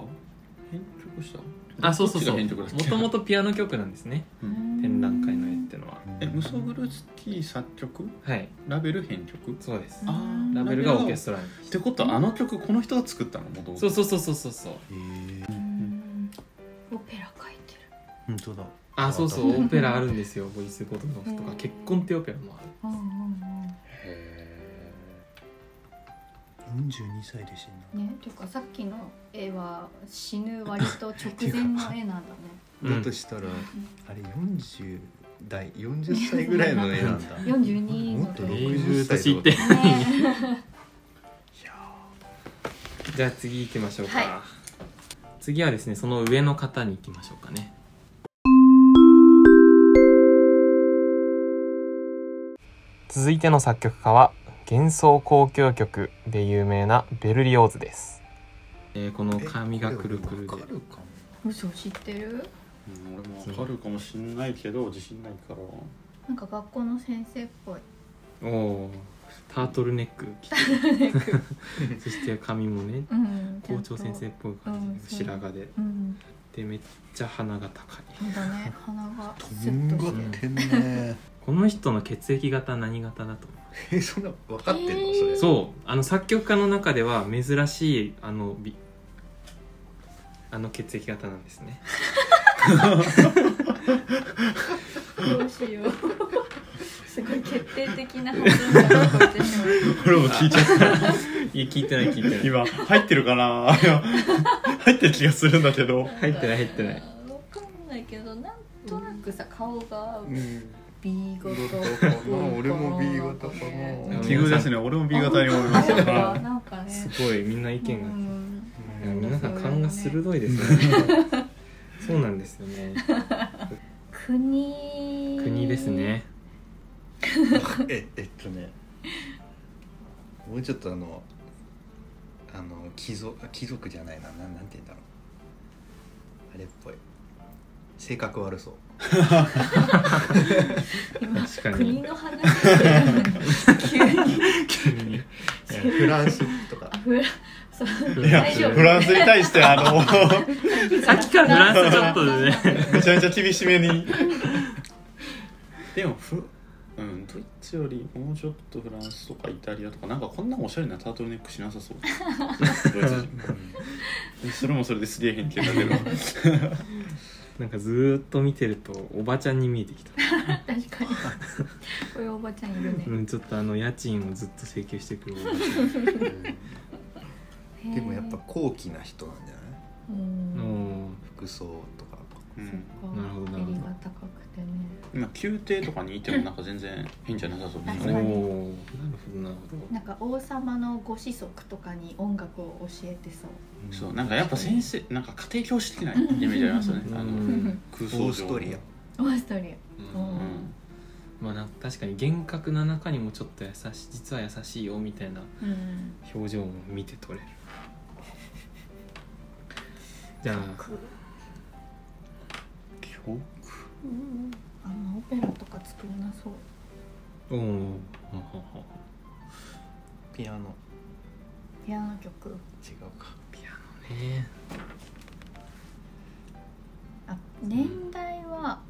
S5: 編曲した
S2: あそうそうそう
S5: どっ
S2: も
S5: ちが編曲だっけ
S2: ともとピアノ曲なんですね
S5: うん
S2: 展覧会の絵ってのは
S5: えムソグルスキー作曲
S2: はい
S5: ラベル編曲
S2: そうです
S5: あー
S2: ラベルがオーケストラに
S5: ってことはあの曲この人が作ったのもと
S2: そうそうそうそうそうそう
S1: うんオペラ書いてる
S4: 本当だ
S2: あそうそうオ
S1: ん
S2: ペラあるんですよボイスゴドノフとか
S1: うん
S2: 結婚ってオペラもある
S1: うんうん
S4: 42歳で死んだ
S1: うんねというかさっきの絵は死ぬ割と直前の絵な んだね
S2: うん
S4: だとしたら、あれ40代40歳ぐらいの絵なんだ
S1: 42の
S4: もっと
S1: 時
S4: ね
S1: ね
S4: 60歳
S2: 年いって
S4: いや
S2: じゃあ次行きましょうか、
S1: は
S2: 次はですねその上の方に行きましょうかね続いての作曲家は幻想交響曲で有名なベルリオーズです、えーこの
S4: ー
S2: 髪がくるくる
S4: え
S2: で
S4: これわかるかも
S1: 嘘知ってる
S5: うん俺もわかるかもしんないけど自信ないから
S1: なんか学校の先生っ ぽい
S2: おおータートルネック着て そして髪もね
S1: うん
S2: 校長先生っぽい感じ
S1: う
S2: で
S1: ん
S2: 白髪で
S1: うん
S2: でめっちゃ鼻が高い
S1: そうだ ね鼻が
S4: と
S1: スッ
S4: ん
S1: とし
S4: がってんね
S2: この人の血液型何型だと思う
S4: えそんな分かってんの
S1: えー
S4: それ
S2: そうあの作曲家の中では珍しいあのびあの血液型なんですね
S1: てどうしよう すすごい決定的な発音が聞こえてしまう
S5: これも聞いちゃった
S2: いや聞いてない聞いてない
S5: 今入ってるかな いや入ってる気がするんだけど
S2: 入ってない入ってない
S1: わかんないけどなんとなくさ顔が
S4: うん、
S1: B 型
S4: 俺も B 型か
S1: ね
S4: な
S5: 奇遇ですね俺も B 型に思いました
S1: あ
S5: は
S1: なんかね
S2: すごいみんな意
S1: う
S2: 見が、
S1: ん
S2: いや皆さん勘が鋭いです ねそうなんですよね
S1: 国
S2: 国ですね
S4: ええっとねもうちょっとあのあの貴族貴族じゃないななんなんて言うんだろうあれっぽい性格悪そう
S1: 今
S2: 確かに
S1: 国の話急に
S2: 国
S4: フランスとか
S1: あフラそう
S5: いいや
S1: 大丈夫
S5: フランスに対してあの
S2: さっき からフランスちょっとでね
S5: めちゃめちゃ厳しめに でもフうん、ドイツよりもうちょっとフランスとかイタリアとかなんかこんなおしゃれなタートルネックしなさ そうドイツ 人それもそれですげえ偏見だけど
S2: なんかずーっと見てるとおばちゃんに見えてきた、
S1: 確かにこういうおばちゃんいるね
S2: うん、ちょっとあの家賃をずっと請求してくるおばち
S4: でもやっぱ高貴な人なんじゃない
S1: へーう
S2: ゃん
S1: ん
S2: うん
S4: 服装とか
S5: うん
S1: そっか
S2: なるほどなるほど
S1: 襟が高くてね
S5: 今宮廷とかにいてもなんか全然変じゃなさそうです
S2: おお
S5: よ
S2: なる
S5: ね
S2: ほどなるほ
S1: なんか王様のご子息とかに音楽を教えてそう
S4: な
S5: そうなんかやっぱ先生なんか家庭教師的なイメージありますよね
S2: ど
S5: あ
S2: う
S5: の
S2: ん、
S5: 空
S4: オー
S5: 想
S4: ス
S5: 上
S4: トリア
S1: オーストリ
S2: う
S1: ア
S2: ん
S5: うん
S2: まあなんか確かに厳格な中にもちょっと優しい実は優しいよみたいな
S1: うん
S2: 表情も見て取れるじゃあ
S5: 教
S1: あんまオペラとか作れなそう
S2: おお
S4: ピアノ
S1: ピアノ曲
S4: 違うか
S2: ピアノね
S1: あ年代は、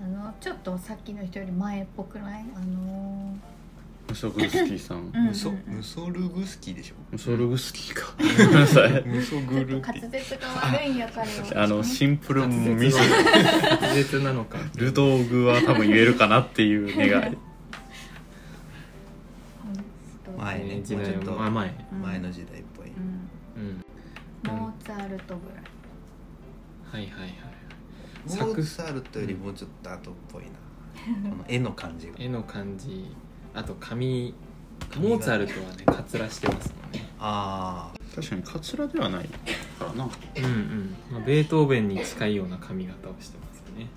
S1: あのちょっとさっきの人より前っぽくないあの
S5: ムソグルスキーさん
S1: ー
S4: ムソ
S1: うんうん
S4: ムソルグスキーでしょ
S5: ムソルグスキーかごめんなさい
S4: ムソグ
S1: ちょ
S4: ル
S1: っと
S4: キ
S1: 滑舌が悪いんやからよ
S5: あのシンプルミス
S2: 滑舌なのか
S5: ルドーグは多分言えるかなっていう願い
S1: ほんと
S4: 前ね
S2: 時代
S4: もうちょっ
S2: も
S4: と
S2: あ前
S1: うん
S4: 前の時代っぽい
S1: うん
S2: うん
S1: モーツァルトぐらい
S2: はいはいはい作
S4: モーツァルトよりもうちょっと後っぽいなこの絵の感じが
S2: 絵の感じあと髪
S4: 髪が
S2: モーツァルトはねかつらしてますもんね
S4: あ
S5: 確かにカツラではないからな
S2: うんうん、まあ、ベートーベンに近いような髪型をしてますよね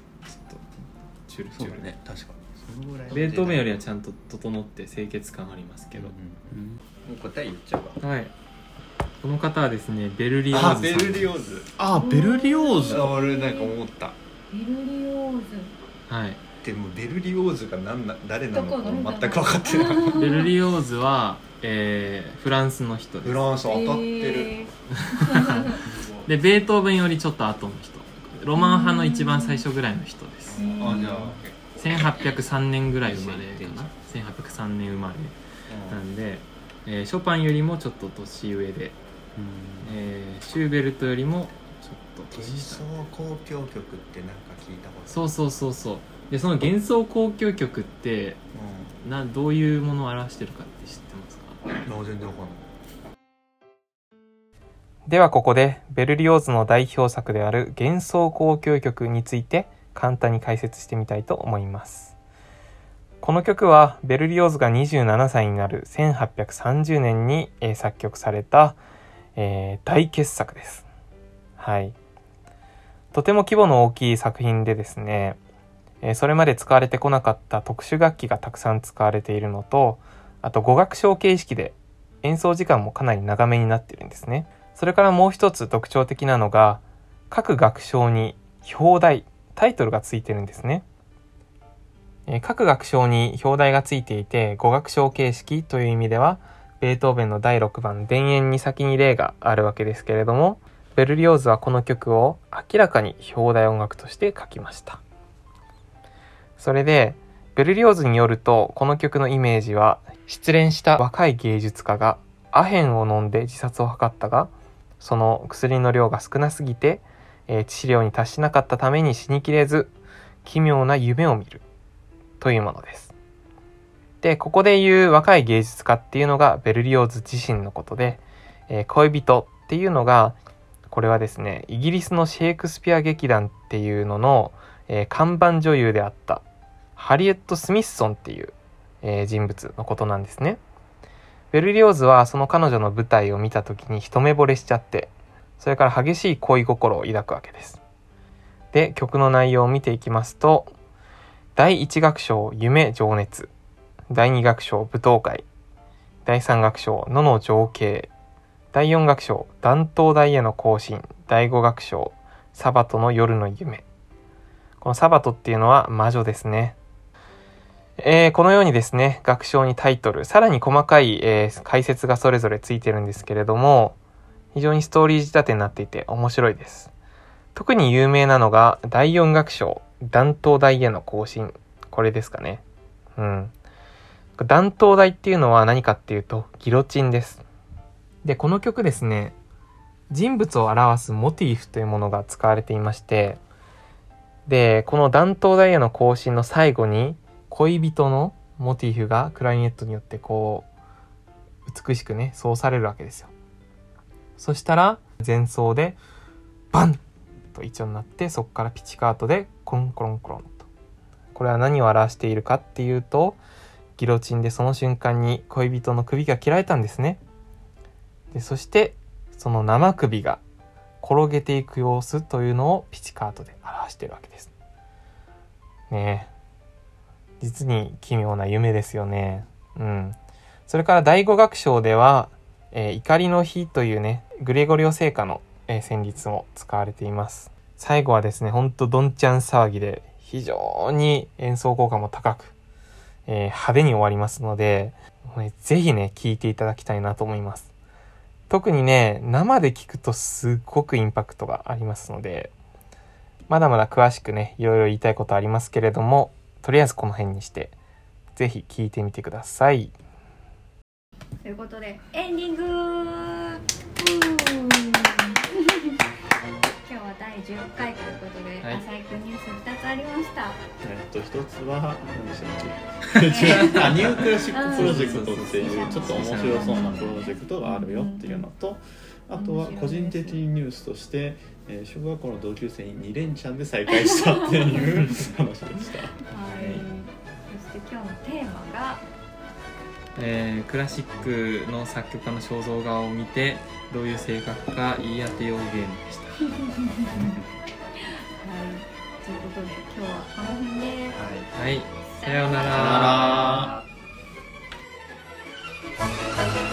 S2: ちょっとチュル
S4: あ
S2: チ
S4: そう
S2: ュ
S4: だ
S2: ル、
S4: ね確かにそのぐらいの時
S2: ベ
S4: 代
S2: ートーベンよりはちゃんと整って清潔感ありますけど、
S4: う
S5: うん
S4: んもう答え言っちゃうわ
S2: はいこの方はですねベルリオーズさん
S4: オーズ
S5: あベルリオーズ
S4: あ俺なんか思った
S1: ベルリオーズ
S2: はい
S4: でもベルリオーズが何な誰なのか
S1: どこの
S4: も全く分か ってない
S2: ベルリオーズは、えーフランスの人です
S4: フランス当たってる、
S1: え
S2: でベートーベンよりちょっと後の人ロマン派の一番最初ぐらいの人です
S4: あじゃあ
S2: 1803年ぐらい生まれかな1803年生まれなんで、えーショパンよりもちょっと年上で、えーシューベルトよりもちょっと
S4: 幻
S2: 年下
S4: 想交響曲ってなんか聞いたこと
S2: そうそうそうそうでその幻想交響曲ってなどういうものを表してるかって知ってますか
S4: うんあ全然わかんない
S2: ではここでベルリオーズの代表作である幻想交響曲について簡単に解説してみたいと思いますこの曲はベルリオーズが27歳になる1830年にえー作曲された、えー大傑作ですはいとても規模の大きい作品でですねえーそれまで使われてこなかった特殊楽器がたくさん使われているのとあと語学章形式で演奏時間もかなり長めになっているんですねそれからもう一つ特徴的なのが各学章に表題タイトルがついてるんですね。えー各学章に表題がついていて語学章形式という意味ではベートーベンの第6番「田園」に先に例があるわけですけれどもベルリオーズはこの曲を明らかに表題音楽として書きました。それでベルリオーズによるとこの曲のイメージは失恋した若い芸術家がアヘンを飲んで自殺を図ったがその薬の量が少なすぎて、えー致死量に達しなかったために死にきれず奇妙な夢を見る
S6: というものです。でここで言う若い芸術家っていうのがベルリオーズ自身のことで、えー恋人っていうのがこれはですねイギリスのシェイクスピア劇団っていうのの、えー看板女優であったハリエット・スミッソンっていう、えー人物のことなんですね。ベルリオーズはその彼女の舞台を見た時に一目惚れしちゃってそれから激しい恋心を抱くわけです。で曲の内容を見ていきますと第1楽章「夢情熱」第2楽章「舞踏会」第3楽章「野の情景」第4楽章「断頭台への行進」第5楽章「サバトの夜の夢」このサバトっていうのは魔女ですね。えーこのようにですね楽章にタイトルさらに細かい、えー解説がそれぞれついてるんですけれども非常にストーリー仕立てになっていて面白いです。特に有名なのが第4楽章「断頭台への行進」これですかね。うん。断頭台っていうのは何かっていうとギロチンです。でこの曲ですね人物を表すモティーフというものが使われていましてでこの断頭台への行進の最後に恋人のモティーフがクラリネットによってこう美しくねそうされるわけですよ。そしたら前奏でバンと一音になってそこからピチカートでコンコロンコロンとこれは何を表しているかっていうとギロチンでその瞬間に恋人の首が切られたんですねでそしてその生首が転げていく様子というのをピチカートで表しているわけですねえ実に奇妙な夢ですよねうんそれから第五楽章では「えー怒りの日」というねグレゴリオ聖歌のえー旋律も使われています最後はですねほんとどんちゃん騒ぎで非常に演奏効果も高く、えー派手に終わりますので、ね、ぜひね聴いていただきたいなと思います特にね生で聴くとすっごくインパクトがありますのでまだまだ詳しくねいろいろ言いたいことありますけれどもとりあえずこの辺にしてぜひ聴いてみてください
S1: ということでエンディングうーん今日は第10回ということで、
S5: はい
S1: 浅井くんニュース2つありました
S5: えっと、一つ は何でしたっ
S1: え
S5: けあニュークラシックプロジェクトって
S1: う
S5: い
S1: ん
S5: うちょっと面白そうなプロジェクトがあるよっていうのとあとは個人的ニュースとして、えー小学校の同級生に2連チャンで再会したっていう話でした。
S1: はい、そして今日のテーマが
S2: えークラシックの作曲家の肖像画を見てどういう性格か言い当てようゲームでした
S1: はい、ということで今日はこの辺で
S2: はいさような
S1: さような
S2: ら
S1: ら